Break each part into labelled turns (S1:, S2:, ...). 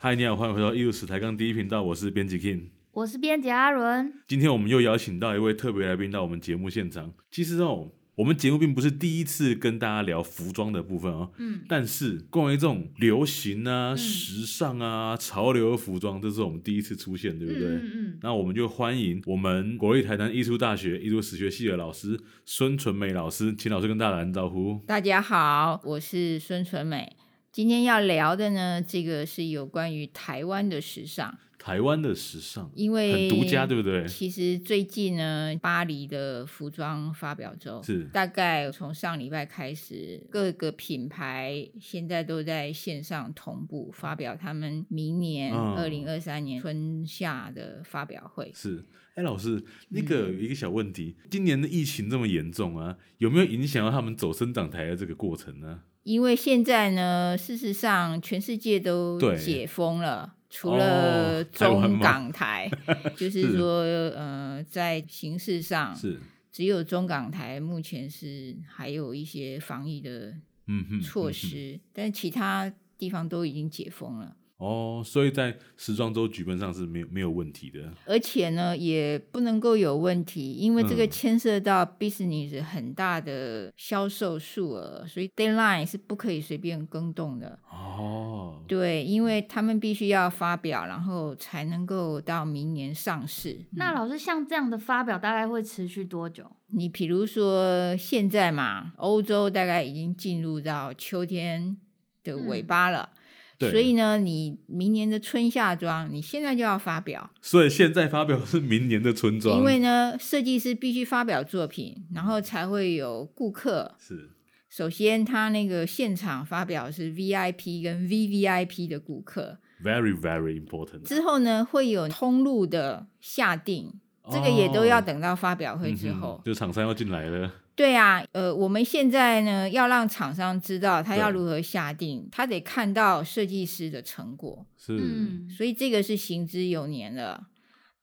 S1: 嗨，你好，欢迎回到艺术史台杠第一频道，我是编辑 King。
S2: 我是编辑阿伦，
S1: 今天我们又邀请到一位特别来宾到我们节目现场。其实哦，我们节目并不是第一次跟大家聊服装的部分哦，
S2: 嗯，
S1: 但是关于这种流行啊、
S2: 嗯
S1: 时尚啊、潮流的服装，这是我们第一次出现，对不对？
S2: 嗯嗯嗯，
S1: 那我们就欢迎我们国立台南艺术大学艺术史学系的老师孙纯美老师，请老师跟大家打声招呼。
S3: 大家好，我是孙纯美。今天要聊的呢，这个是有关于台湾的时尚，
S1: 台湾的时尚
S3: 因
S1: 很
S3: 为
S1: 独家，对不对？
S3: 其实最近呢，巴黎的服装发表周
S1: 是
S3: 大概从上礼拜开始，各个品牌现在都在线上同步发表他们明年
S1: 嗯
S3: 二零二三年春夏的发表会。
S1: 是，哎，老师，那
S3: 嗯
S1: 个有一个小问题，今年的疫情这么严重啊，有没有影响到他们走生长台的这个过程呢？
S3: 因为现在呢，事实上全世界都
S1: 对
S3: 解封了，除
S1: 哦
S3: 了
S1: 台湾吗
S3: 中港台，就是 是说，呃，在形式上，
S1: 是，
S3: 只有中港台目前是还有一些防疫的
S1: 嗯哼，嗯
S3: 措
S1: 哼
S3: 施，但其他地方都已经解封了，
S1: 哦，所以在时装周举办上是没有没有问题的，
S3: 而且呢，也不能够有问题，因为这个
S1: 嗯
S3: 牵涉到 business 很大的销售数额，所以 deadline 是不可以随便更动的。
S1: 哦，
S3: 对，因为他们必须要发表，然后才能够到明年上市。
S2: 那老师像这样的发表大概会持续多久？
S3: 你比如说现在嘛，欧洲大概已经进入到秋天的尾
S2: 嗯
S3: 巴了，
S1: 对
S3: 所以呢，你明年的春夏装，你现在就要发表，
S1: 所以现在发表是啊明年的春装，
S3: 因为呢，设计师必须发表作品，然后才会有顾客。
S1: 是
S3: 首先，他那个现场发表是 VIP 跟 VVIP 的顾客，
S1: very very important，
S3: 之后呢，会有通路的下定，这个也都要等到发表会之
S1: 啊哦嗯哼
S3: 后。
S1: 就厂商要进来了，
S3: 对啊，呃，我们现在呢要让厂商知道他要
S1: 对
S3: 如何下定，他得看到设计师的成果，
S1: 是、
S2: 嗯，
S3: 所以这个是行之有年了。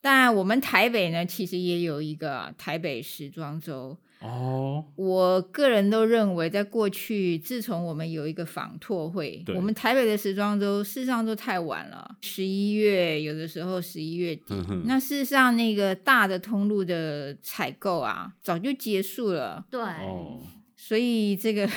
S3: 当然，我们台北呢，其实也有一个台北时装周。
S1: 哦，
S3: 我个人都认为，在过去，自从我们有一个访拓会，
S1: 对
S3: 我们台北的时装周事实上都太晚了，十一月有的时候十一月底，
S1: 嗯哼
S3: 那事实上那个大的通路的采购啊，早就结束了，
S2: 对，
S1: 哦，
S3: 所以这个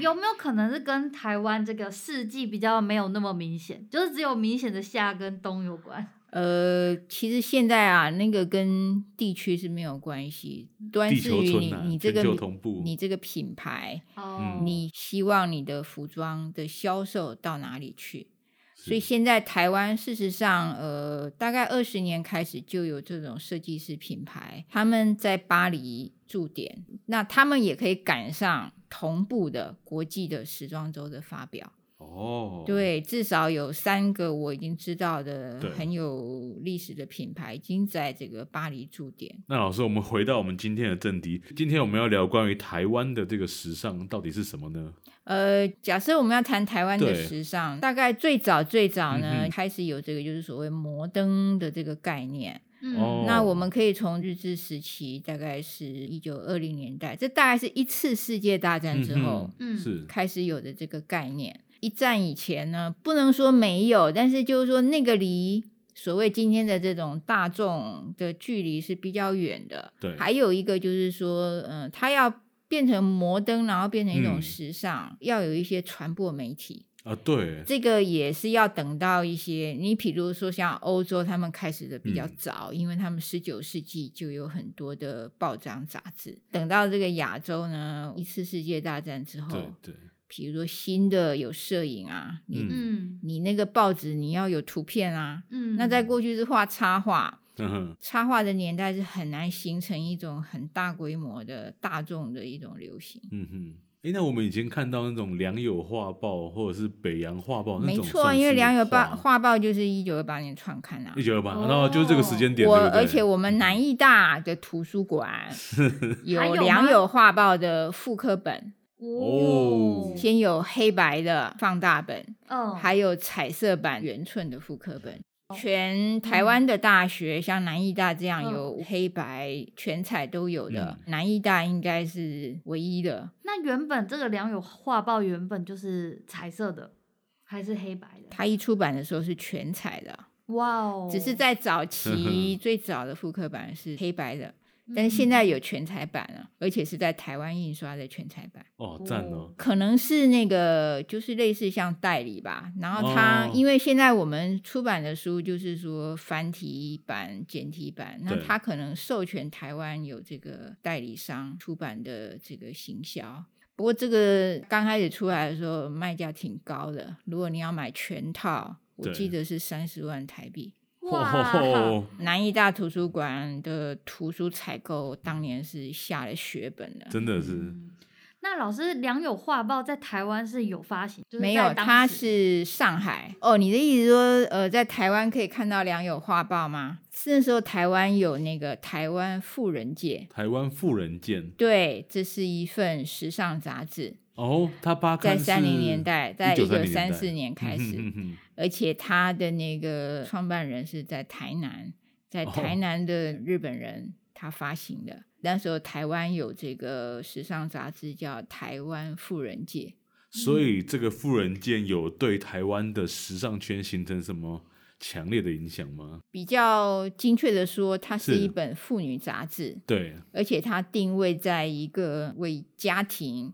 S2: 有没有可能是跟台湾这个四季比较没有那么明显，就是只有明显的夏跟冬有关？
S3: 呃，其实现在啊，那个跟地区是没有关系，端
S1: 地
S3: 视
S1: 球
S3: 于
S1: 村
S3: 你、
S1: 啊，
S3: 你这个
S1: 全球同步，
S3: 你这个品牌，
S2: 哦，
S1: 嗯
S3: 你希望你的服装的销售到哪里去？
S1: 是
S3: 所以现在台湾事实上，呃，大概二十年开始就有这种设计师品牌，他们在巴黎驻点，那他们也可以赶上同步的国际的时装周的发表。
S1: 哦，，
S3: 对，至少有三个我已经知道的
S1: 对
S3: 很有历史的品牌，已经在这个巴黎驻点。
S1: 那老师，我们回到我们今天的正题，今天我们要聊关于台湾的这个时尚到底是什么呢？
S3: 呃，假设我们要谈台湾的
S1: 对
S3: 时尚，大概最早最早呢
S1: 嗯，哼
S3: 开始有这个就是所谓摩登的这个概念。
S2: 嗯，
S1: 哦
S3: 那我们可以从日治时期，大概是一九二零年代，这大概是一次世界大战之后、
S1: 嗯哼
S2: 嗯
S1: 是
S3: 开始有的这个概念。一战以前呢，不能说没有，但是就是说那个离所谓今天的这种大众的距离是比较远的。
S1: 对
S3: 还有一个就是说，嗯、它要变成摩登，然后变成一种
S1: 嗯
S3: 时尚，要有一些传播媒体。
S1: 啊，对，
S3: 这个也是要等到一些，你比如说像欧洲，他们开始的比较
S1: 嗯
S3: 早，因为他们十九世纪就有很多的报章杂志。等到这个亚洲呢，一次世界大战之
S1: 对
S3: 后，
S1: 对，
S3: 比如说新的有摄影啊，你、
S1: 嗯
S2: 嗯
S3: 你那个报纸你要有图片啊，
S2: 嗯，
S3: 那在过去是画插画。
S1: 嗯哼，
S3: 插画的年代是很难形成一种很大规模的大众的一种流行，
S1: 嗯哼。哎，那我们以前看到那种良友画报或者是北洋画报，哦那
S3: 没
S1: 种
S3: 错，啊因为良友报
S1: 画
S3: 画报就是一九二八年创刊啊，
S1: 一九二八，
S2: 哦
S1: 然后就是这个时间点，
S3: 我
S1: 对不对
S3: 而且我们南艺大的图 书馆
S2: 还
S3: 有
S2: 有
S3: 良
S2: 吗
S3: 友画报的复刻本，
S1: 哦
S3: 先有黑白的放大本，
S2: 嗯，
S3: 还有彩色版圆寸的复刻本。全台湾的大学，像南艺大这样
S2: 哦嗯
S3: 有黑白全彩都有的，
S1: 嗯
S3: 南艺大应该是唯一的。
S2: 那原本这个良友画报原本就是彩色的，还是黑白的？
S3: 它一出版的时候是全彩的，
S2: 哇哦！
S3: 只是在 早期最早的复刻版是黑白的，但
S2: 嗯
S3: 是现在有全彩版了，而且是在台湾印刷的全彩版。
S1: 哦，赞哦，
S3: 可能是那个就是类似像代理吧，然后它、
S1: 哦
S3: 因为现在我们出版的书就是说繁体版、简体版，那
S1: 对
S3: 它可能授权台湾有这个代理商出版的这个行销。不过这个刚开始出来的时候卖价挺高的，如果你要买全套，我
S1: 对
S3: 记得是三十万台币。
S2: 哇，
S1: 哦，
S3: 南艺大图书馆的图书采购当年是下了血本的，
S1: 真的是
S2: 嗯那老师，《良友画报》在台湾是有发行，就是
S3: 没
S2: 在
S3: 有，
S2: 当
S3: 它
S2: 时
S3: 是上海哦。你的意思说，呃，在台湾可以看到良友画报吗？是那时候台湾有那个台湾富人界，
S1: 台湾富人见
S3: 对，这是一份时尚杂志，
S1: 哦，他八
S3: 在
S1: 刊是
S3: 三零年代，在一九
S1: 1930
S3: 三
S1: 年
S3: 四
S1: 代
S3: 年开始，
S1: 嗯哼嗯哼
S3: 而且它的那个创办人是在台南，在台
S1: 哦
S3: 南的日本人他发行的。那时候台湾有这个时尚杂志叫《台湾富人界》。
S1: 所
S3: 嗯
S1: 以这个富人见有对台湾的时尚圈形成什么强烈的影响吗？
S3: 比较精确的说，它是
S1: 是
S3: 一本妇女杂志，
S1: 对，
S3: 而且它定位在一个为家庭，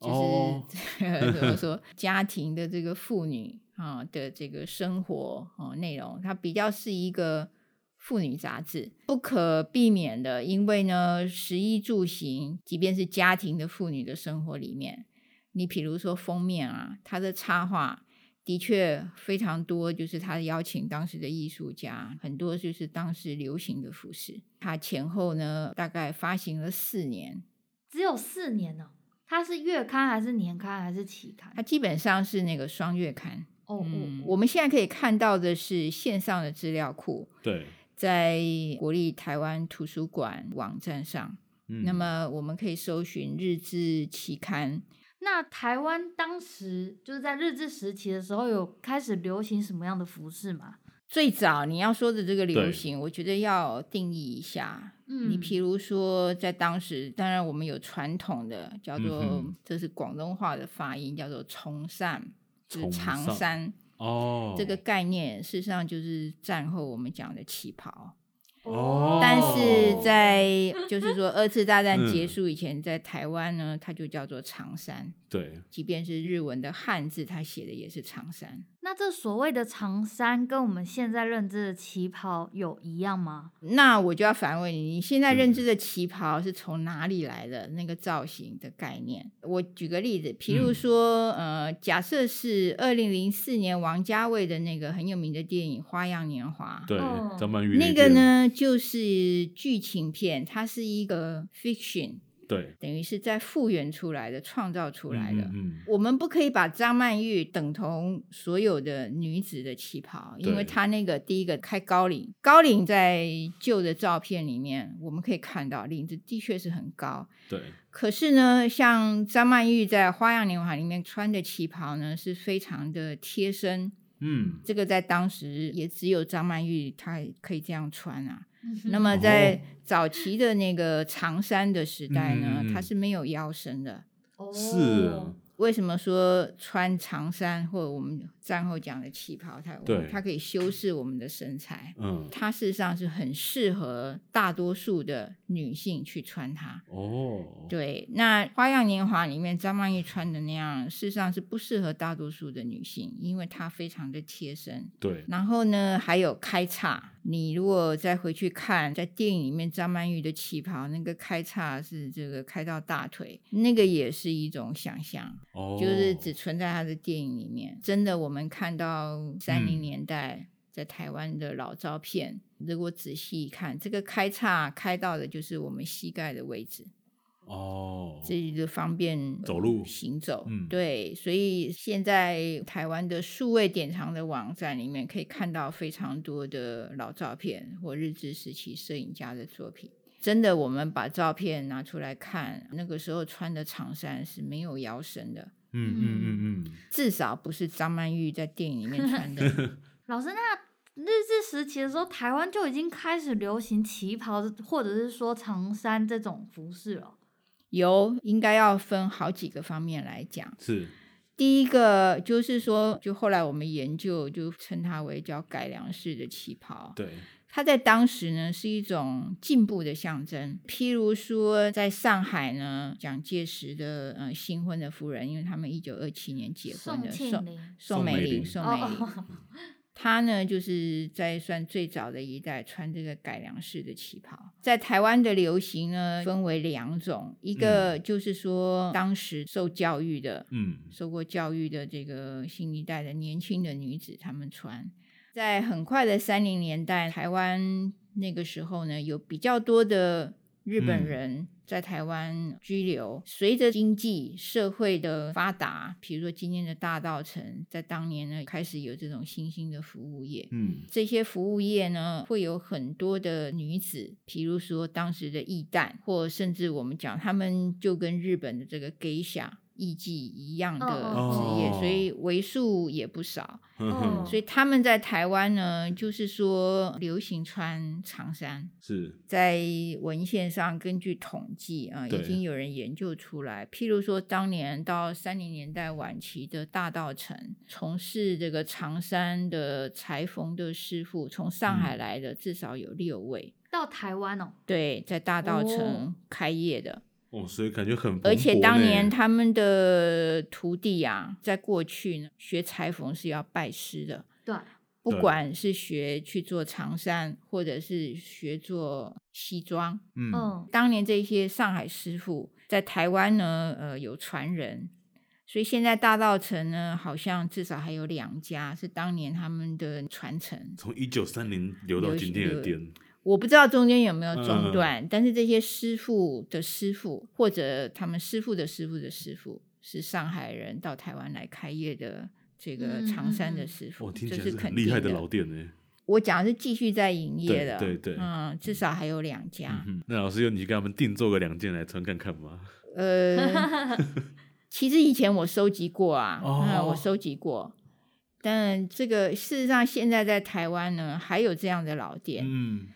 S3: 就是、
S1: 哦
S3: 怎么说家庭的这个妇女啊、的这个生活哦内容，它比较是一个妇女杂志，不可避免的，因为呢，食衣住行，即便是家庭的妇女的生活里面，你比如说封面啊，它的插画。的确非常多，就是他邀请当时的艺术家，很多就是当时流行的服饰。他前后呢，大概发行了四年，
S2: 只有四年哦。它是月刊还是年刊还是期刊？
S3: 它基本上是那个双月刊。
S2: 哦哦，
S3: 嗯，
S2: 哦
S3: 我们现在可以看到的是线上的资料库，
S1: 对，
S3: 在国立台湾图书馆网站上。
S1: 嗯
S3: 那么我们可以搜寻日志期刊，
S2: 那台湾当时就是在日治时期的时候，有开始流行什么样的服饰吗？
S3: 最早你要说的这个流
S1: 对
S3: 行，我觉得要定义一下。
S2: 嗯
S3: 你譬如说，在当时，当然我们有传统的叫做，
S1: 嗯哼
S3: 这是广东话的发音，叫做崇尚，就是
S1: 崇
S3: 长
S1: 尚
S3: 衫、
S1: 哦，
S3: 这个概念，事实上就是战后我们讲的旗袍。
S1: 哦
S3: 但是在就是说，二次大战结
S1: 嗯
S3: 束以前，在台湾呢，它就叫做长衫，
S1: 对
S3: 即便是日文的汉字，它写的也是长衫。
S2: 那这所谓的长衫跟我们现在认知的旗袍有一样吗？
S3: 那我就要反问你，你现在认
S1: 嗯
S3: 知的旗袍是从哪里来的？那个造型的概念，我举个例子，譬如
S1: 嗯
S3: 说，呃，假设是二零零四年王家卫的那个很有名的电影《花样年华》，
S1: 对
S2: 哦，
S1: 张曼玉
S3: 那
S1: 一
S3: 个
S1: 件，
S3: 呢就是剧情片，它是一个 fiction，
S1: 对，
S3: 等于是在复原出来的、创造出来的。
S1: 嗯嗯
S3: 我们不可以把张曼玉等同所有的女子的旗袍，因为
S1: 对
S3: 她那个第一个开高领，高领在旧的照片里面我们可以看到领子的确是很高，
S1: 嗯对，
S3: 可是呢，像张曼玉在《花样年华》里面穿的旗袍呢，是非常的贴身，
S1: 嗯，
S3: 这个在当时也只有张曼玉她可以这样穿啊。那
S2: 嗯
S3: 么
S1: 哦
S3: 在早期的那个长衫的时代呢，
S1: 嗯嗯嗯
S3: 它是没有腰身的。
S2: 哦
S1: 是啊，
S3: 为什么说穿长衫或者我们战后讲的旗袍，它
S1: 对
S3: 它可以修饰我们的身材？
S1: 嗯，
S3: 它事实上是很适合大多数的女性去穿它。
S1: 哦，
S3: 对，那《花样年华》里面张曼玉穿的那样，事实上是不适合大多数的女性，因为它非常的贴身。
S1: 对，
S3: 然后呢，还有开叉。你如果再回去看，在电影里面张曼玉的旗袍，那个开叉是这个开到大腿，那个也是一种想象。
S1: 哦，
S3: 就是只存在他的电影里面。真的，我们看到三零
S1: 嗯
S3: 年代在台湾的老照片，如果仔细一看，这个开叉开到的就是我们膝盖的位置，
S1: 哦，
S3: 这就方便呃
S1: 走路
S3: 行走。
S1: 嗯
S3: 对，所以现在台湾的数位典藏的网站里面可以看到非常多的老照片或日治时期摄影家的作品。真的，我们把照片拿出来看，那个时候穿的长衫是没有腰身的。
S1: 嗯嗯嗯嗯，
S3: 至少不是张曼玉在电影里面穿的。
S2: 老师，那日治时期的时候，台湾就已经开始流行旗袍或者是说长衫这种服饰了。
S3: 有应该要分好几个方面来讲。
S1: 是
S3: 第一个就是说，就后来我们研究就称它为叫改良式的旗袍。
S1: 对，
S3: 它在当时呢是一种进步的象征。譬如说，在上海呢，蒋介石的呃新婚的夫人，因为他们一九二七年结婚
S2: 宋
S3: 的，
S2: 庆
S3: 宋
S2: 龄，
S3: 宋美
S1: 美
S3: 龄，
S1: 龄
S3: 宋美龄，
S2: 哦，
S3: 她呢，就是在算最早的一代穿这个改良式的旗袍。在台湾的流行呢，分为两种，一个就是说当时受教育的、
S1: 嗯，
S3: 受过教育的这个新一代的年轻的女子，她们穿。在很快的三零年代，台湾那个时候呢，有比较多的日本
S1: 嗯
S3: 人在台湾居留。随着经济社会的发达，比如说今天的大道城，在当年呢开始有这种新兴的服务业。
S1: 嗯，
S3: 这些服务业呢，会有很多的女子，比如说当时的艺旦，或甚至我们讲，他们就跟日本的这个 geisha 艺妓一样的职业，
S1: 哦
S3: 所以为数也不少。
S1: 呵
S2: 哦
S1: 呵
S3: 所以他们在台湾呢，就是说流行穿长衫。
S1: 是，
S3: 在文献上，根据统计啊、
S1: 对
S3: 已经有人研究出来。譬如说，当年到三零年代晚期的大道城，从事这个长衫的裁缝的师傅，从上海
S1: 嗯
S3: 来的至少有六位。
S2: 到台湾哦，
S3: 对，在大道
S2: 哦
S3: 城开业的，
S1: 哦，所以感觉很蓬勃呢，
S3: 而且当年他们的徒弟啊，在过去呢，学裁缝是要拜师的，
S2: 对，
S3: 不
S1: 对
S3: 管是学去做长衫，或者是学做西装，
S1: 嗯，
S2: 嗯，
S3: 当年这些上海师傅在台湾呢，呃，有传人，所以现在大道城呢，好像至少还有两家是当年他们的传承。
S1: 从一九三零留到
S3: 流
S1: 今
S3: 行
S1: 天
S3: 流
S1: 的店，
S3: 我不知道中间有没有
S1: 嗯嗯
S3: 中
S1: 嗯
S3: 断，但是这些师傅的师傅，或者他们师傅的师傅的师傅，是上海人到台湾来开业的这个
S2: 嗯
S3: 长山
S2: 嗯
S3: 的
S2: 嗯
S3: 师傅，
S1: 哇，听
S3: 这
S1: 起来是
S3: 肯
S1: 很厉害
S3: 定
S1: 的老店呢。
S3: 我讲的是继续在营业
S1: 对
S3: 的，
S1: 对对
S3: 嗯，至少还有两家。
S1: 嗯哼，那老师，你给他们定做个两件来穿看看吗？
S3: 呃， 其实以前我收集过啊，嗯，我
S1: 哦
S3: 收集过，但这个事实上现在在台湾呢，还有这样的老店，
S1: 嗯，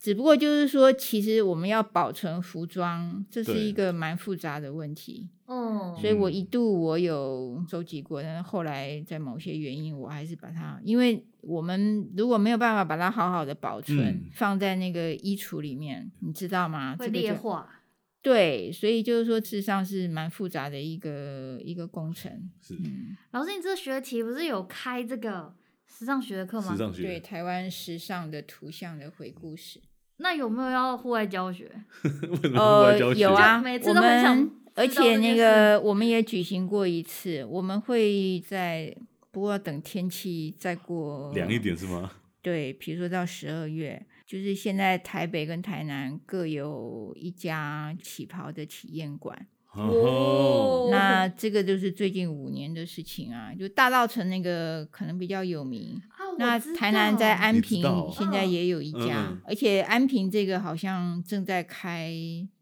S3: 只不过就是说，其实我们要保存服装，这是一
S1: 对
S3: 个蛮复杂的问题，
S2: 哦，
S3: 所以我
S1: 嗯
S3: 一度我有收集过，但是后来在某些原因，我还是把它，因为我们如果没有办法把它好好的保存，
S1: 嗯
S3: 放在那个衣橱里面，你知道吗？
S2: 会
S3: 这个
S2: 劣
S3: 就
S2: 化，
S3: 对，所以就是说，智商是蛮复杂的一个一个工程。
S1: 是
S3: 嗯，
S2: 老师，你这学期不是有开这个时尚学的课吗
S1: 时？尚
S3: 对，
S1: 学，
S3: 台湾时尚的图像的回 顾史。
S2: 那有没有要户外教学？
S1: 为什么外交
S3: 有啊，
S2: 每次
S3: 我
S2: 都很想
S3: 们
S2: 知
S3: 而
S2: 道
S3: 且
S2: 这
S3: 那
S2: 件
S3: 个我们也举行过一次，我们会在不过等天气再过
S1: 凉一，点是吗？
S3: 对，比如说到十二月，就是现在台北跟台南各有一家旗袍的体验馆。
S1: 哦，
S3: 那这个就是最近五年的事情啊，就大道城那个可能比较有名。
S2: 啊，我
S3: 那
S2: 知
S3: 台南在
S2: 道
S3: 安
S1: 你知
S3: 平
S1: 道哦
S3: 现在
S2: 嗯
S3: 也有一家，
S1: 嗯
S3: 而且安平这个好像正在开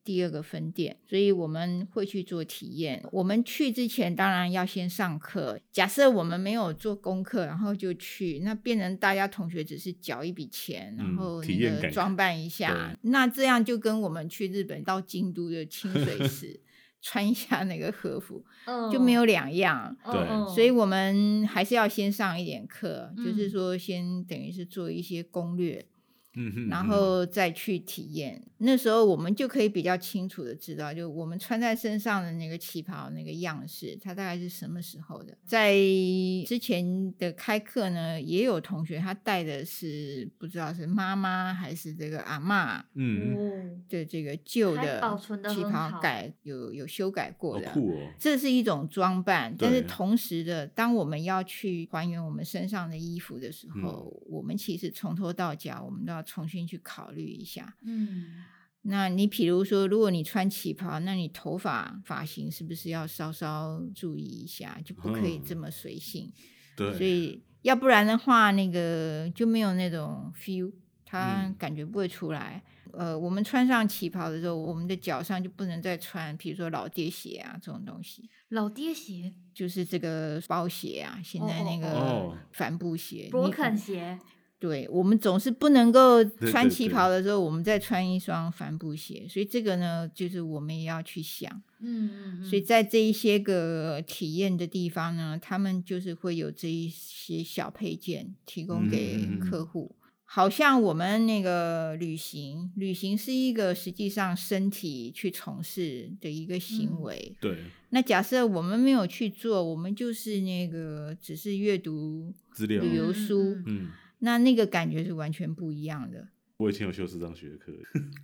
S3: 第二个分店，所以我们会去做体验。我们去之前当然要先上课，假设我们没有做功课，然后就去，那变成大家同学只是缴一笔钱，然
S1: 嗯
S3: 后
S1: 体
S3: 那
S1: 验
S3: 个
S1: 感
S3: 装扮一下，那这样就跟我们去日本到京都的清 水寺穿一下那个 和服
S2: 嗯
S3: 就没有两样。
S2: 嗯
S1: 对
S2: 嗯
S3: 所以我们还是要先上一点课，就是
S2: 嗯
S3: 说先等于是做一些攻略，
S1: 嗯哼，
S3: 然
S1: 嗯
S3: 后再去体验。那时候我们就可以比较清楚的知道，就我们穿在身上的那个旗袍那个样式，它大概是什么时候的。在之前的开课呢，也有同学他带的是不知道是妈妈还是这个阿嬷
S1: 嗯，
S2: 哦
S3: 的这个旧
S2: 还
S3: 的
S2: 保存得
S3: 旗
S2: 很
S3: 袍
S2: 好
S3: 改有有修改过
S1: 好
S3: 的，
S1: 酷哦，
S3: 这是一种装扮，但是
S1: 对
S3: 同时的，当我们要去还原我们身上的衣服的时候，
S1: 嗯
S3: 我们其实从头到脚，我们都要重新去考虑一下。
S2: 嗯，
S3: 那你比如说，如果你穿旗袍，那你头发发型是不是要稍稍注意一下，就不可以这
S1: 嗯
S3: 么随性？所
S1: 对，
S3: 以要不然的话，那个就没有那种 feel，它
S1: 嗯
S3: 感觉不会出来。呃，我们穿上旗袍的时候，我们的脚上就不能再穿，比如说老爹鞋啊这种东西。
S2: 老爹鞋、
S3: 就是这个包鞋啊，现在那
S2: 哦哦
S1: 哦
S3: 个帆布鞋，
S2: 勃
S3: 你可
S2: 肯鞋，
S3: 对我们总是不能够
S1: 对
S3: 穿
S1: 对
S3: 旗
S1: 对
S3: 袍的时候，我们再穿一双帆布鞋，所以这个呢，就是我们也要去想。
S2: 嗯嗯嗯，
S3: 所以在这一些个体验的地方呢，他们就是会有这一些小配件提供给
S1: 嗯嗯嗯嗯
S3: 客户。好像我们那个旅行，旅行是一个实际上身体去从事的一个行
S2: 嗯
S3: 为。
S1: 对，
S3: 那假设我们没有去做，我们就是那个只是阅读，
S1: 资料，
S3: 旅游
S2: 嗯
S3: 书
S2: 嗯嗯
S1: 嗯，
S3: 那那个感觉是完全不一样的。
S1: 我以前有修饰张学课，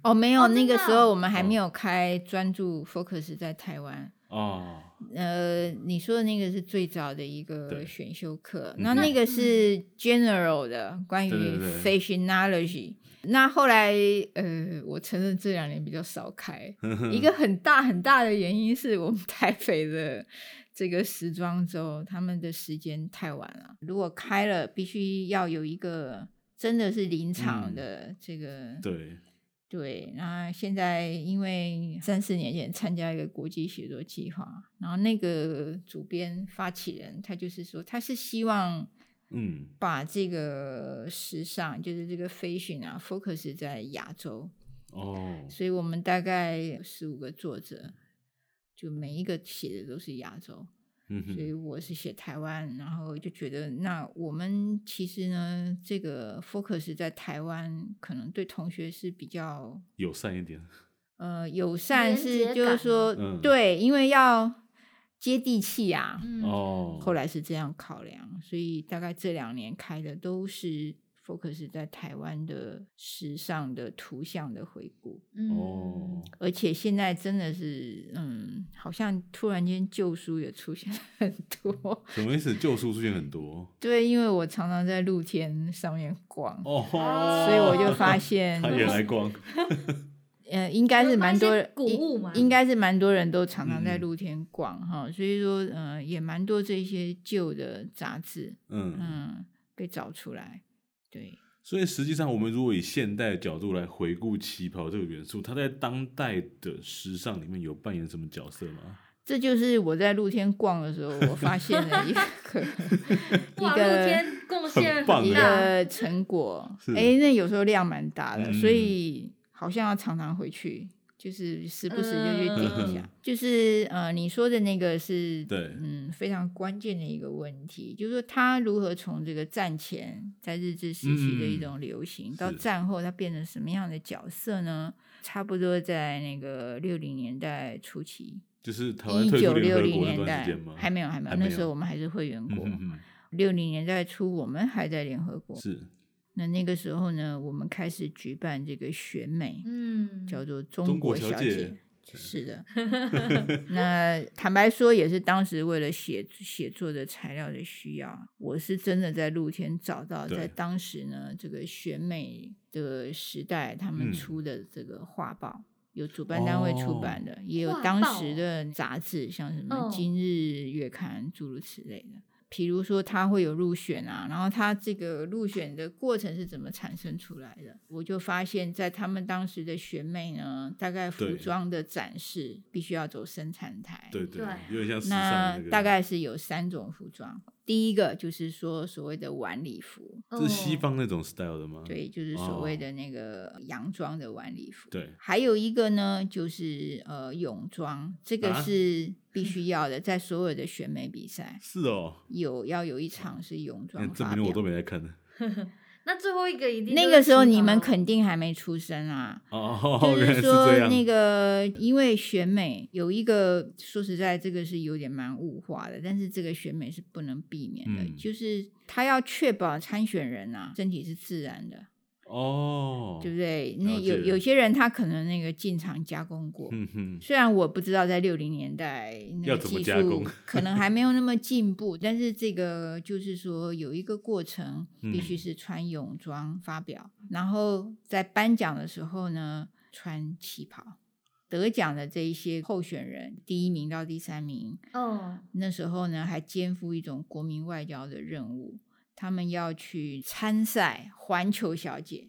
S3: 哦，没有，
S2: 哦
S3: 那
S2: 真
S3: 个
S2: 的
S3: 时
S2: 啊
S3: 候我们还没
S1: 哦
S3: 有开专注 focus 在台湾。
S1: 哦，
S3: 呃，你说的那个是最早的一个
S1: 对
S3: 选修课，
S1: 嗯
S3: 那
S1: 哼
S3: 那个是 general 的，关于
S1: 对对对
S3: fashionology。那后来，呃，我承认这两年比较少开，一个很大很大的原因是我们 台北的这个时装周，他们的时间太晚了。如果开了，必须要有一个真的是临场
S1: 嗯
S3: 的这个、
S1: 对，
S3: 对，那现在因为三四年前参加一个国际写作计划，然后那个主编发起人他就是说，他是希望
S1: 嗯，
S3: 把这个时尚，就是这个 fashion 啊，focus 在亚洲，
S1: 哦，
S3: 所以我们大概十五个作者，就每一个写的都是亚洲，
S1: 嗯
S3: 所以
S1: 哼，
S3: 我是写台湾，然后就觉得那我们其实呢，这个 focus 在台湾，可能对同学是比较
S1: 友善一点，
S3: 呃，友善
S2: 连
S3: 是
S2: 结
S3: 就是
S2: 感
S3: 说，
S1: 嗯
S3: 对，因为要接地气啊。
S2: 嗯
S1: 哦，
S3: 后来是这样考量，所以大概这两年开的都是 focus 在台湾的时尚的图像的回顾，
S2: 嗯
S1: 哦，
S3: 而且现在真的是，嗯，好像突然间旧书也出现了很多。
S1: 什么意思？旧书出现很多
S3: 对，因为我常常在露天上面逛，
S1: 哦，
S3: 所以我就发现，
S1: 他也来逛，
S3: 呃，应该
S2: 就是发
S3: 蛮
S2: 一些
S3: 多人
S2: 古
S3: 应
S2: 物嘛
S3: 应该是蛮多人都常常在
S1: 嗯
S3: 露天逛哈、所以说，呃，也蛮多这些旧的杂志，
S1: 嗯，
S3: 嗯，被找出来，对，
S1: 所以实际上我们如果以现代的角度来回顾旗袍这个元素，它在当代的时尚里面有扮演什么角色吗？
S3: 这就是我在露天逛的时候，我发现了一个 一
S2: 哇，露
S3: 个
S2: 天贡献
S1: 棒
S2: 很
S3: 一
S1: 耶
S2: 大，
S3: 个成果
S1: 是，
S3: 哎，那有时候量蛮大的，
S1: 嗯
S3: 所以好像要常常回去。就是时不时就去点一下，
S1: 嗯
S3: 就是呃，你说的那个是
S1: 对
S3: 嗯，非常关键的一个问题，就是说他如何从这个战前在日治时期的一
S1: 嗯
S3: 种流行，到
S1: 是
S3: 战后它变成什么样的角色呢？差不多在那个六零年代初期，
S1: 就是台湾
S3: 一
S1: 退
S3: 九
S1: 出联
S3: 六
S1: 合
S3: 零
S1: 国那
S3: 年
S1: 段
S3: 代
S1: 时间吗？
S3: 还没有，还没有，
S1: 还没
S3: 那时候
S1: 有
S3: 我们还是会员
S1: 嗯
S3: 国。
S1: 哼
S3: 六零年代初，我们还在联合国
S1: 哼，。是
S3: 那那个时候呢，我们开始举办这个选美，
S2: 嗯，
S3: 叫做
S1: 中
S3: 中
S1: 国
S3: 国
S1: 小
S3: 小
S1: 姐
S3: 姐。是 的，那坦白说，也是当时为了写写作的材料的需要，我是真的在露天找到，
S1: 对
S3: 在当时呢这个选美的时代，他们
S1: 嗯哦
S3: 出的这个画报，有主办单位出版的，也有
S2: 画
S3: 当
S2: 报
S3: 时
S2: 哦
S3: 的杂志，像什么
S2: 哦
S3: 《今日月刊》诸如此类的。比如说他会有入选啊，然后他这个入选的过程是怎么产生出来的？我就发现，在他们当时的选美呢，大概服
S1: 对
S3: 装的展示必须要走生产台，
S1: 对对
S2: 对，
S1: 有点像时尚的
S3: 那
S1: 那个，
S3: 大概是有三种服装。第一个就是说所谓的晚礼服，
S1: 是西
S2: 哦
S1: 方那种 style 的吗？
S3: 对，就是所谓
S1: 哦
S3: 的那个洋装的晚礼服。
S1: 对，
S3: 还有一个呢，就是呃泳装，这个
S1: 啊
S3: 是 必须要的，在所有的选美比赛
S1: 是哦，
S3: 有要有一场是泳装
S1: 嗯这
S3: 发
S1: 明我
S3: 表
S1: 都。没在看呢。
S2: 那最后一个一定
S3: 那
S2: 就
S3: 个
S2: 是
S3: 时候
S2: 旗
S3: 你们
S2: 袍
S3: 肯定还没出生啊，
S1: 哦，
S3: 就
S1: 原来
S3: 是
S1: 是
S3: 说
S1: 这样。
S3: 那个因为选美有一个说实在这个是有点蛮物化的，但是这个选美是不能避免的，
S1: 嗯
S3: 就是他要确保参选人啊身体是自然的，
S1: 哦，
S3: 对不对？
S1: 了
S3: 那有
S1: 解
S3: 有些人他可能那个进场加工过，
S1: 嗯哼，
S3: 虽然我不知道在六零年代那
S1: 要
S3: 个
S1: 怎么
S3: 技
S1: 加工
S3: 术 可能还没有那么进步，但是这个就是说有一个过程，必须
S1: 嗯
S3: 是穿泳装发表，然后在颁奖的时候呢穿旗袍。得奖的这一些候选人，第一名到第三名，
S2: 哦，
S3: 那时候呢还肩负一种国民外交的任务，他们要去参赛环球小姐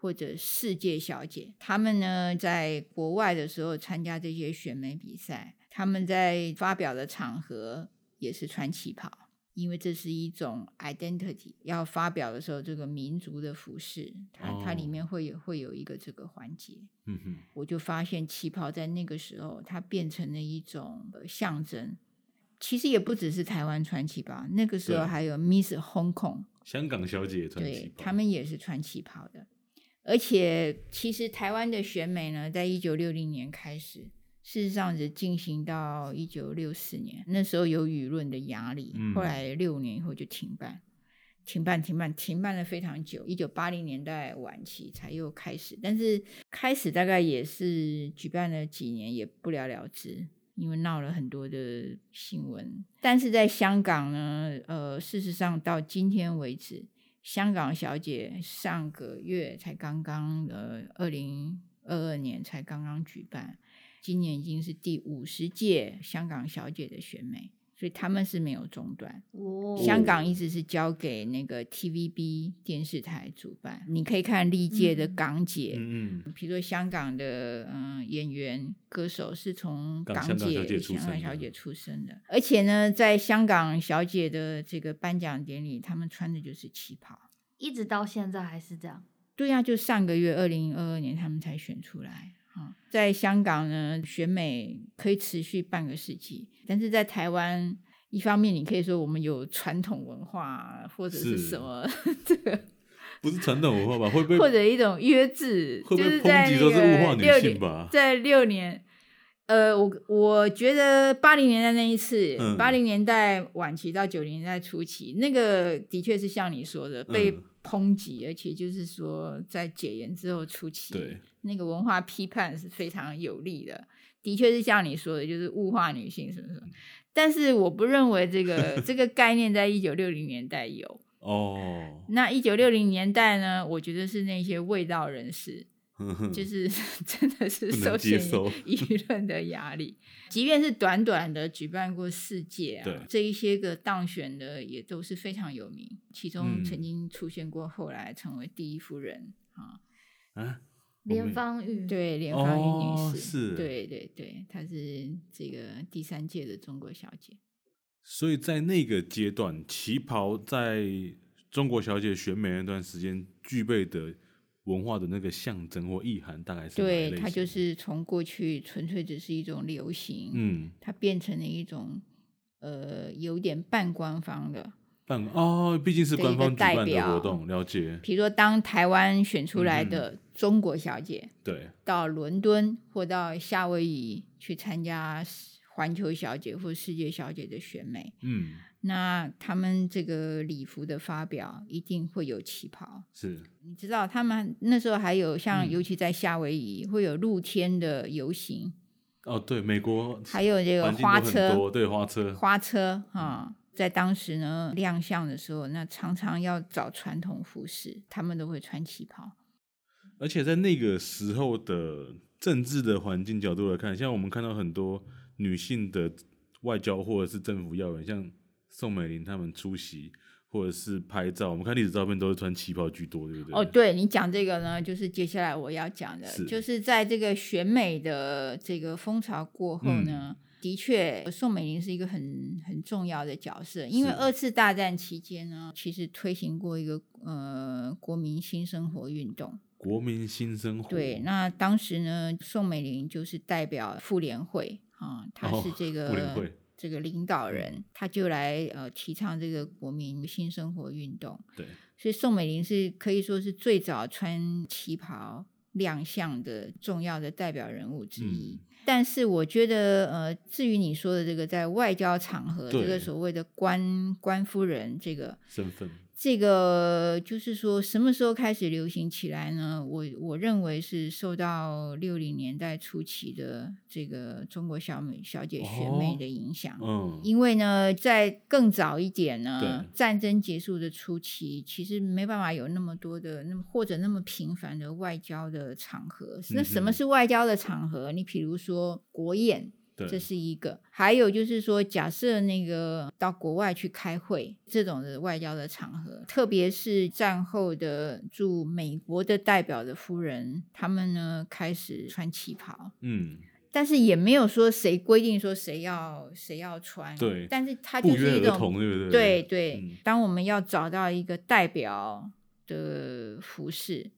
S3: 或者世界小姐。他们呢在国外的时候参加这些选美比赛，他们在发表的场合也是穿旗袍。因为这是一种 identity，要发表的时候，这个民族的服饰，它它里
S1: 哦
S3: 面会有会有一个这个环节。
S1: 嗯哼，
S3: 我就发现旗袍在那个时候，它变成了一种呃象征。其实也不只是台湾穿旗袍，那个时候
S1: 对
S3: 还有 Miss Hong Kong，
S1: 香港小姐也穿旗
S3: 对
S1: 袍，
S3: 他们也是穿旗袍的。而且，其实台湾的选美呢，在一九六零年开始，事实上是进行到一九六四年，那时候有舆论的压力，
S1: 嗯
S3: 后来六年以后就停办。停办，停办，停办了非常久，一九八零年代晚期才又开始，但是开始大概也是举办了几年，也不了了之，因为闹了很多的新闻。但是在香港呢，呃，事实上到今天为止，香港小姐上个月才刚刚呃，二零二二年才刚刚举办，今年已经是第五十届香港小姐的选美，所以他们是没有中断。
S2: 哦，
S3: 香港一直是交给那个 TVB 电视台主办，你可以看历届的
S2: 嗯
S3: 港姐，
S1: 嗯嗯，
S3: 比如说香港的嗯、演员、歌手是从
S1: 港
S3: 港
S1: 香港
S3: 姐、
S1: 小姐出
S3: 香港
S1: 生
S3: 小
S1: 的
S3: 姐出生的，而且呢，在香港小姐的这个颁奖典礼，他们穿的就是旗袍。
S2: 一直到现在还是这样。
S3: 对啊呀、就上个月二零二二年他们才选出来。哈，在香港呢，选美可以持续半个世纪，但是在台湾，一方面你可以说我们有传统文化或者是
S1: 是
S3: 什么 这个，
S1: 不是传统文化吧？会不会
S3: 或者一种约制，
S1: 会不
S3: 就
S1: 会
S3: 是
S1: 抨
S3: 在
S1: 击
S3: 那
S1: 说是物化
S3: 个
S1: 女
S3: 六
S1: 性
S3: 年，
S1: 吧？
S3: 在六年，呃，我我觉得八零年代那一次
S1: 嗯，
S3: 八零、年代晚期到九零年代初期，那个的确是像你说的被
S1: 嗯
S3: 抨击，而且就是说在解严之后初期，
S1: 对，
S3: 那个文化批判是非常有力的，的确是像你说的，就是物化女性什么什么。但是我不认为 这个这个概念在一九六零年代有。
S1: 哦，
S3: 那一九六零年代呢，我觉得是那些味道人士，
S1: 哼嗯哼
S3: 就是 真的是
S1: 不能
S3: 受
S1: 接
S3: 限
S1: 受
S3: 于 舆论的压力。即便是短短的举办过四届
S1: 对
S3: 啊，这一些个当选的也都是非常有名，其中
S1: 嗯
S3: 曾经出现过后来成为第一夫人啊，
S1: 啊，我
S2: 连
S1: 们
S2: 方玉，
S3: 对连芳
S1: 嗯
S3: 玉
S1: 哦
S3: 女士，
S1: 是
S3: 对对对，她是这个第三届的中国小姐。
S1: 所以在那个阶段，旗袍在中国小姐选美那段时间具备的文化的那个象征或意涵，大概是哪一
S3: 对，
S1: 类
S3: 她
S1: 型
S3: 就
S1: 的
S3: 是从过去纯粹只是一种流行，
S1: 嗯，
S3: 它变成了一种呃有点半官方的，
S1: 办哦，毕竟是
S3: 的
S1: 官
S3: 一个
S1: 方举
S3: 代
S1: 办的活
S3: 表
S1: 动，了解，
S3: 比如说，当台湾选出来
S1: 嗯哼
S3: 的中国小姐、
S1: 对，
S3: 到伦敦或到夏威夷去参加环球小姐或世界小姐的选美，
S1: 嗯，
S3: 那他们这个礼服的发表一定会有旗袍。
S1: 是，
S3: 你知道，他们那时候还有像，
S1: 嗯
S3: 尤其在夏威夷会有露天的游行，
S1: 哦，对，美国
S3: 还有这个
S1: 环境
S3: 花
S1: 都很
S3: 车，
S1: 多对花车
S3: 花车啊、在当时呢亮相的时候，那常常要找传统服饰，他们都会穿旗袍。
S1: 而且在那个时候的政治的环境角度来看，像我们看到很多女性的外交或者是政府要员，像宋美龄他们出席或者是拍照，我们看历史照片都是穿旗袍居多，对不对？
S3: 哦，，对你讲这个呢，就是接下来我要讲的，
S1: 是
S3: 就是在这个选美的这个风潮过后
S1: 嗯
S3: 呢，的确，宋美龄是一个很很重要的角色，因为
S1: 是
S3: 二次大战期间呢，其实推行过一个呃国民新生活运动。
S1: 国民新生活，
S3: 对，那当时呢，宋美龄就是代表妇联会啊，她
S1: 哦
S3: 是这个、
S1: 妇联会
S3: 这个领
S1: 嗯
S3: 导人，她就来呃提倡这个国民新生活运动。
S1: 对，
S3: 所以宋美龄是可以说是最早穿旗袍亮相的重要的代表人物之
S1: 嗯
S3: 一。但是我觉得，呃，至于你说的这个在外交场合，这
S1: 对
S3: 个所谓的官官夫人，这个
S1: 身份，
S3: 这个就是说什么时候开始流行起来呢？我我认为是受到六零年代初期的这个中国小美小姐选美
S1: 哦
S3: 的影响。
S1: 嗯，
S3: 因为呢，在更早一点呢
S1: 对，
S3: 战争结束的初期，其实没办法有那么多的那么或者那么频繁的外交的场合。那什么
S1: 嗯哼
S3: 是外交的场合？你比如说国宴，
S1: 对，
S3: 这是一个；还有就是说，假设那个到国外去开会这种的外交的场合，特别是战后的驻美国的代表的夫人，他们呢开始穿旗袍。
S1: 嗯，
S3: 但是也没有说谁规定说谁要谁要穿，
S1: 对
S3: 但是它
S1: 不
S3: 就是
S1: 约
S3: 一
S1: 而
S3: 种
S1: 同，对不
S3: 对
S1: 对？
S3: 对、
S1: 嗯
S3: 当我们要找到一个代表的服饰，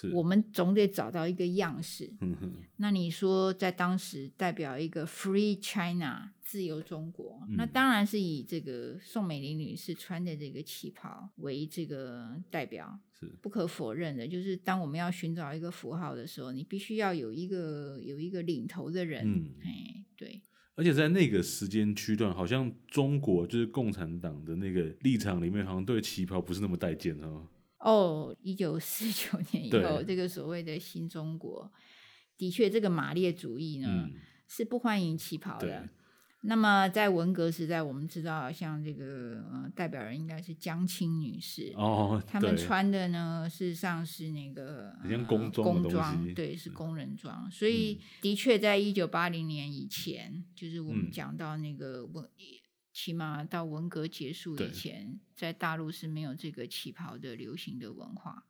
S1: 是
S3: 我们总得找到一个样式。
S1: 嗯哼，
S3: 那你说在当时代表一个 Free China 自由中国，那
S1: 嗯
S3: 当然是以这个宋美龄女士穿的这个旗袍为这个代表。
S1: 是
S3: 不可否认的，就是当我们要寻找一个符号的时候，你必须要有一个有一个领头的人。
S1: 嗯
S3: 哎，对，
S1: 而且在那个时间区段，好像中国就是共产党的那个立场里面，好像对旗袍不是那么待见哦。
S3: 哦，一九四九年以后，
S1: 对
S3: 这个所谓的新中国，的确这个马列主义呢、
S1: 嗯，
S3: 是不欢迎旗袍
S1: 对
S3: 的。那么在文革时代，我们知道像这个、呃、代表人应该是江青女士。
S1: 哦，
S3: 她们
S1: 对
S3: 穿的呢，事实上是那个
S1: 很像
S3: 呃
S1: 工装的
S3: 工
S1: 东
S3: 装，
S1: 西
S3: 对，是
S1: 嗯
S3: 工人装。所以的确，在一九八零年以前，就是我们
S1: 嗯
S3: 讲到那个文，起码到文革结束
S1: 对
S3: 以前，在大陆是没有这个旗袍的流行的文化。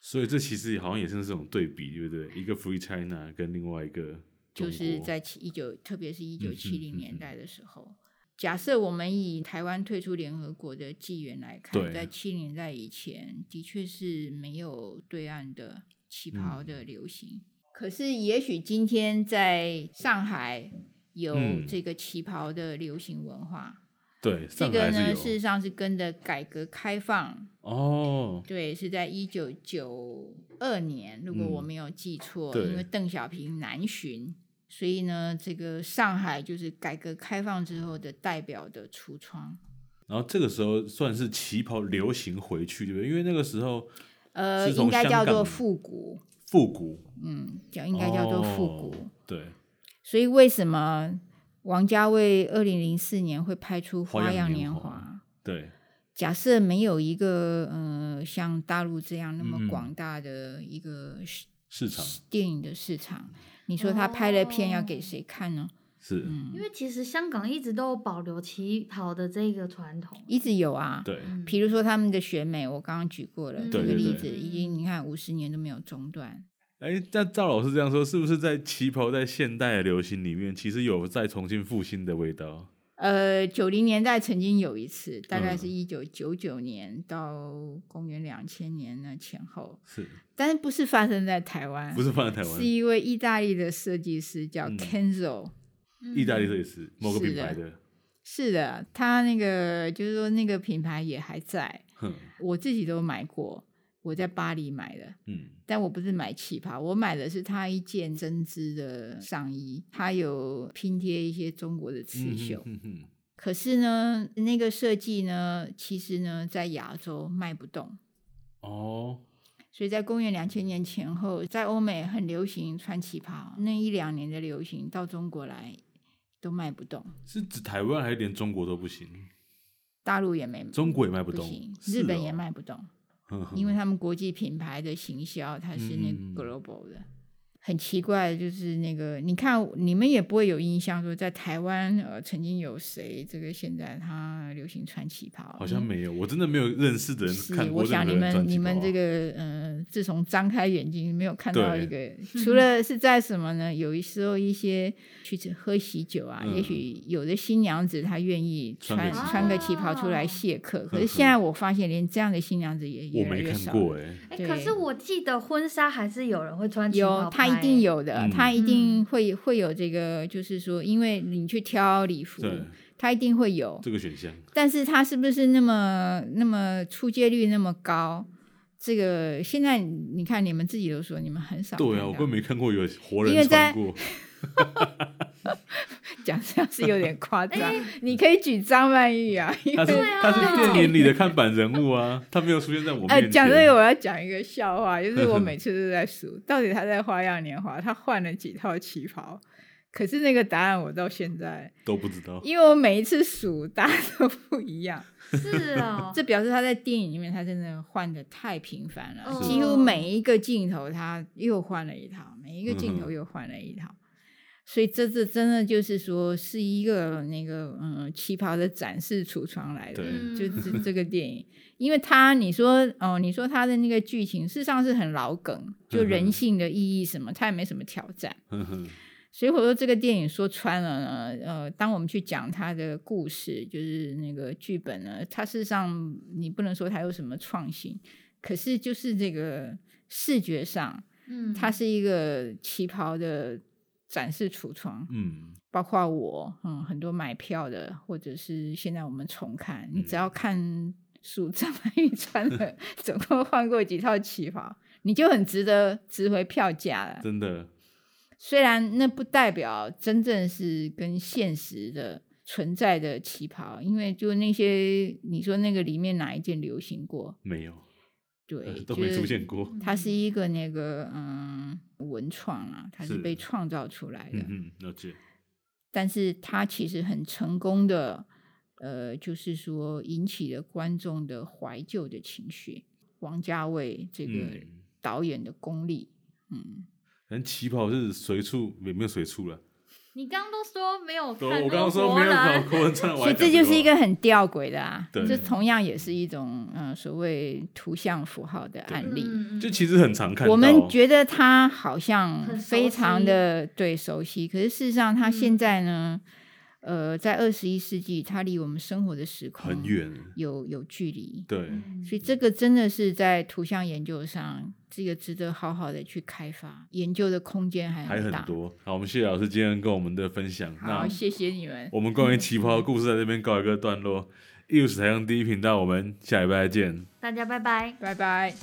S1: 所以这其实好像也是这种对比，对不对？一个 Free China 跟另外一个中
S3: 就
S1: 国
S3: 是在七一九，特别是一九七
S1: 嗯
S3: 零
S1: 哼
S3: 年代的时候。假设我们以台湾退出联合国的纪元来看，
S1: 对
S3: 在七零年代以前，的确是没有对岸的旗
S1: 嗯
S3: 袍的流行。可是，也许今天在上海有
S1: 嗯
S3: 这个旗袍的流行文化，
S1: 对
S3: 这
S1: 上
S3: 个
S1: 海
S3: 呢，
S1: 还
S3: 事
S1: 是
S3: 实
S1: 有
S3: 上是跟着改革开放
S1: 哦，
S3: 对，是在一九九二年，如果我
S1: 嗯
S3: 没有记错，
S1: 对
S3: 因为邓小平南巡，所以呢，这个上海就是改革开放之后的代表的橱窗。
S1: 然后这个时候算是旗袍流行回去，对不对？因为那个时候
S3: 呃，
S1: 是从
S3: 应该叫
S1: 香
S3: 做
S1: 港
S3: 复古，
S1: 复古
S3: 嗯，叫应该叫做复古。
S1: 哦对，
S3: 所以为什么王家卫二零零四年会拍出《
S1: 花
S3: 花
S1: 样
S3: 样
S1: 年
S3: 年
S1: 华
S3: 华》？
S1: 对，
S3: 假设没有一个呃像大陆这样那
S1: 嗯
S3: 么
S1: 嗯
S3: 广大的一个市
S1: 市场嗯
S3: 电影的市场，你说他拍了片要
S2: 哦
S3: 给谁看呢？
S1: 是，
S2: 因为其实香港一直都有保留旗袍的这个传统。
S3: 一直有啊。
S1: 对，
S2: 嗯
S3: 比如说他们的选美，我刚刚举过了
S2: 嗯
S1: 对
S3: 这个
S1: 对
S3: 例
S1: 对
S3: 子，已经你看五十年都没有中断。
S1: 哎，那赵老师这样说，是不是在旗袍在现代的流行里面，其实有在重新复兴的味道？
S3: 呃，九零年代曾经有一次，大概是
S1: 嗯
S3: 一九九九年到公元两千年那前后，
S1: 是
S3: 但是不是发生在台湾，
S1: 不是放在台湾
S3: 是？一位意大利的设计师叫
S1: 嗯
S3: Kenzo，、
S1: 意
S2: 嗯
S1: 大利设计师某个
S3: 是
S1: 品
S3: 的
S1: 牌的，
S3: 是的，他那个就是说那个品牌也还在，
S1: 哼，
S3: 我自己都买过，我在巴黎买的。
S1: 嗯，
S3: 但我不是买旗袍，我买的是它一件针织的上衣，它有拼贴一些中国的刺绣。
S1: 嗯哼哼
S3: 可是呢，那个设计呢，其实呢，在亚洲卖不动，
S1: 哦，
S3: 所以在公元两千年前后，在欧美很流行穿旗袍，那一两年的流行到中国来都卖不动，
S1: 是指台湾还是连中国都不行？
S3: 大陆也没，
S1: 中国也卖不动
S3: 行，，
S1: 是
S3: 日本
S1: 哦
S3: 也卖不动。
S1: 哼哼
S3: 因为他们国际品牌的行销，它是那
S1: 嗯嗯嗯嗯
S3: global 的。很奇怪，就是那个，你看，你们也不会有印象说，在台湾呃，曾经有谁这个现在他流行穿旗袍，
S1: 好像
S3: 嗯
S1: 没有，我真的没有认识的人
S3: 是
S1: 看，过
S3: 我
S1: 任
S3: 想
S1: 何
S3: 你
S1: 人穿
S3: 们你
S1: 旗袍
S3: 们
S1: 啊
S3: 这个嗯、呃自从张开眼睛没有看到一个
S1: 对，
S3: 除了是在什么呢？有时候一些去吃喝喜酒啊，
S1: 嗯
S3: 也许有的新娘子她愿意
S1: 穿
S3: 穿
S1: 个
S3: 穿
S1: 旗
S3: 个
S2: 袍
S3: 旗袍出来谢客，可
S1: 呵
S3: 是
S1: 呵
S3: 现在我发现连这样的新娘子也越
S1: 我
S3: 来
S1: 没
S3: 越
S1: 看
S3: 少了。
S1: 过哎，
S2: 哎、可是
S3: 对
S2: 我记得婚纱还是有人会穿旗
S3: 有
S2: 袍，
S3: 他一定。有的，
S1: 嗯
S3: 他一定会会有这个，就是说，因为你去挑礼服，
S1: 对
S3: 他一定会有，
S1: 这个选项
S3: 但是他是不是那么那么出街率那么高？这个现在你看你们自己都说你们很少看到，
S1: 对啊，我根本没看过有活
S3: 因为
S1: 人
S3: 在
S1: 穿过，
S3: 讲这样是有点夸张，你可以举张曼玉啊，因
S1: 他是
S3: 为啊
S1: 他是电影里的看板人物啊，他没有出现 在我面
S3: 呃，
S1: 前。
S3: 讲这个我要讲一个笑话，就是 我每次都在数，到底他在《花样年华》他换了几套旗袍，可是那个答案我到现在。
S1: 都不知道，
S3: 因为我每一次数大 家都不一样，，
S2: 是哦
S3: 这表示他在电影里面他真的换的太频繁了，
S2: 是
S3: 几乎每一个镜头他又换了一套，每一个镜头又换了一套，所以这这真的就是说是一个那个嗯旗袍的展示橱窗来的
S1: 对，
S2: 嗯
S3: 就这这个电影，因为他你说哦你说他的那个剧情事实上是很老梗，就人性的意义什么他也没什么挑战。
S1: 哼哼
S3: 所以我说这个电影说穿了呢，呃，当我们去讲它的故事，就是那个剧本呢，它事实上你不能说它有什么创新，可是就是这个视觉上，
S2: 嗯，
S3: 它是一个旗袍的展示橱窗，
S1: 嗯，
S3: 包括我，嗯，很多买票的，或者是现在我们重看，你只要看数张曼玉穿了， 总共换过几套旗袍，你就很值得值回票价了。
S1: 真的，
S3: 虽然那不代表真正是跟现实的存在的旗袍，因为就那些你说那个里面哪一件流行过？
S1: 没有，呃
S3: 对，
S1: 都
S3: 就
S1: 没出
S3: 是
S1: 现过。
S3: 它是一个那个嗯文创啊，它是
S1: 是
S3: 被创造出来的。
S1: 嗯嗯，了解。
S3: 但是它其实很成功的，呃，就是说引起了观众的怀旧的情绪。王家卫这个
S1: 嗯，
S3: 导演的功力，嗯，
S1: 人旗袍是随处也没有随处了。
S2: 你刚刚都说没有
S1: 我
S2: 看
S1: 我
S2: 过
S1: 刚刚说
S2: 博
S1: 没有
S2: 览
S1: 搞郭文 灿，我
S3: 所
S1: 还
S3: 以这
S1: 讲
S3: 就是一
S1: 话
S3: 个很吊诡的啊，
S1: 对
S3: 这同样也是一种嗯、呃所谓图像符号的案例。
S2: 嗯嗯
S1: 就
S2: 嗯
S1: 其实很常看到。
S3: 我们觉得他好像
S2: 很熟
S3: 非常
S2: 悉
S3: 的对熟悉，可是事实上他现在呢，呃，在二十一世纪，他离我们生活的时空
S1: 很，远，
S3: 有有距离。
S1: 对，
S2: 嗯
S3: 所以这个真的是在图像研究上，这个值得好好的去开发，研究的空间还
S1: 还
S3: 很
S1: 很
S3: 大。
S1: 多。好，我们谢谢老师今天跟我们的分享。那
S3: 嗯好，谢谢你们，
S1: 我们关于旗袍的故事在这边告一个段落。艺术史台上第一频道，我们下礼拜再见。
S2: 大家拜拜。
S3: 拜拜。